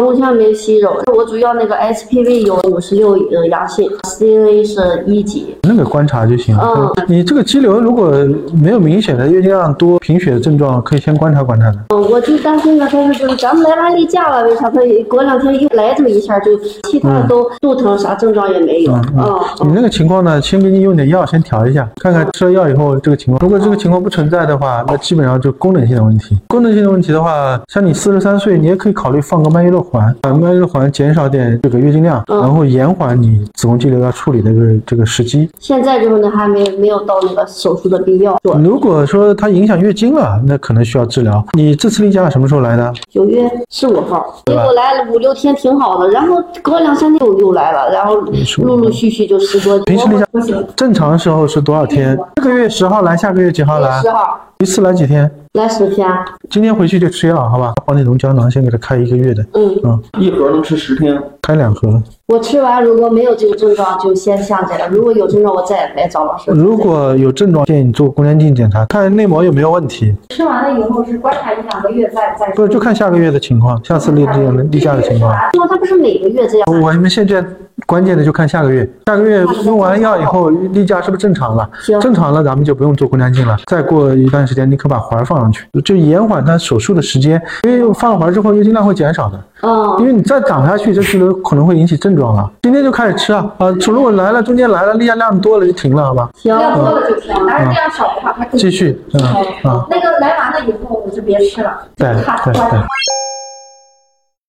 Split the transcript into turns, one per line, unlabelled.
目前没息肉，我主要那个 HPV 有五十六呃阳性，CNA 是一级，
那个观察就行了。
嗯
你这个肌瘤如果没有明显的月经量多、贫血症状，可以先观察观察的。
嗯，我就担心的，他说就是咱们来完例假了，为啥他隔两天又来这么一下，就其他的都肚疼啥症状也没有，
嗯
嗯
你那个情况呢，先给你用点药先调一下，看看吃了药以后这个情况。如果这个情况不存在的话，那基本上就功能性的问题。功能性的问题的话，像你四十三岁，你也可以考虑放个曼月乐环，把曼月乐环减少点这个月经量，
嗯
然后延缓你子宫肌瘤要处理的这个这个时机。
现在就是呢还没没有到那个手术的必要，做
如果说它影响月经了，那可能需要治疗。你这次例假什么时候来的？
九月十五号，结
吧
果来了五六天挺好的，然后隔两三天又又来了，然后
15
陆陆续续就十多
平时例假
不行，
正常时候是多少天？这个月十号来，下个月几号来
十？号
一次来几天？
来十天，啊
今天回去就吃药，好吧？黄体酮胶囊先给他开一个月的，
嗯。
嗯，
一盒能吃十天，
开两盒。
我吃完如果没有这个症状，就先下去了。如果有症状，我再来找老师。
如果有症状，建议你做宫腔镜检查，看内膜有没有问题，
吃完了以后是观察一两个月再再
不是就看下个月的情况，下次例假的例假的情况。
因为他不是每个月这样，
嗯我们现在关键的就看下个月，下个月用完药以后，例假是不是正常了？
行
正常了，咱们就不用做宫腔镜了。再过一段时间，你可把环儿放上去，就延缓它手术的时间，因为放了环儿之后，月经量会减少的。因
嗯，
为你再长下去，这肌瘤可能会引起症状了。今天就开始吃啊啊！除如果来了，中间来了，例假量多了就停了，好吧？
行，
量多了就行，但是量少的话它可以
继续，嗯啊，
那个来完了以后我就别吃了，就
对
看
对
观察
对。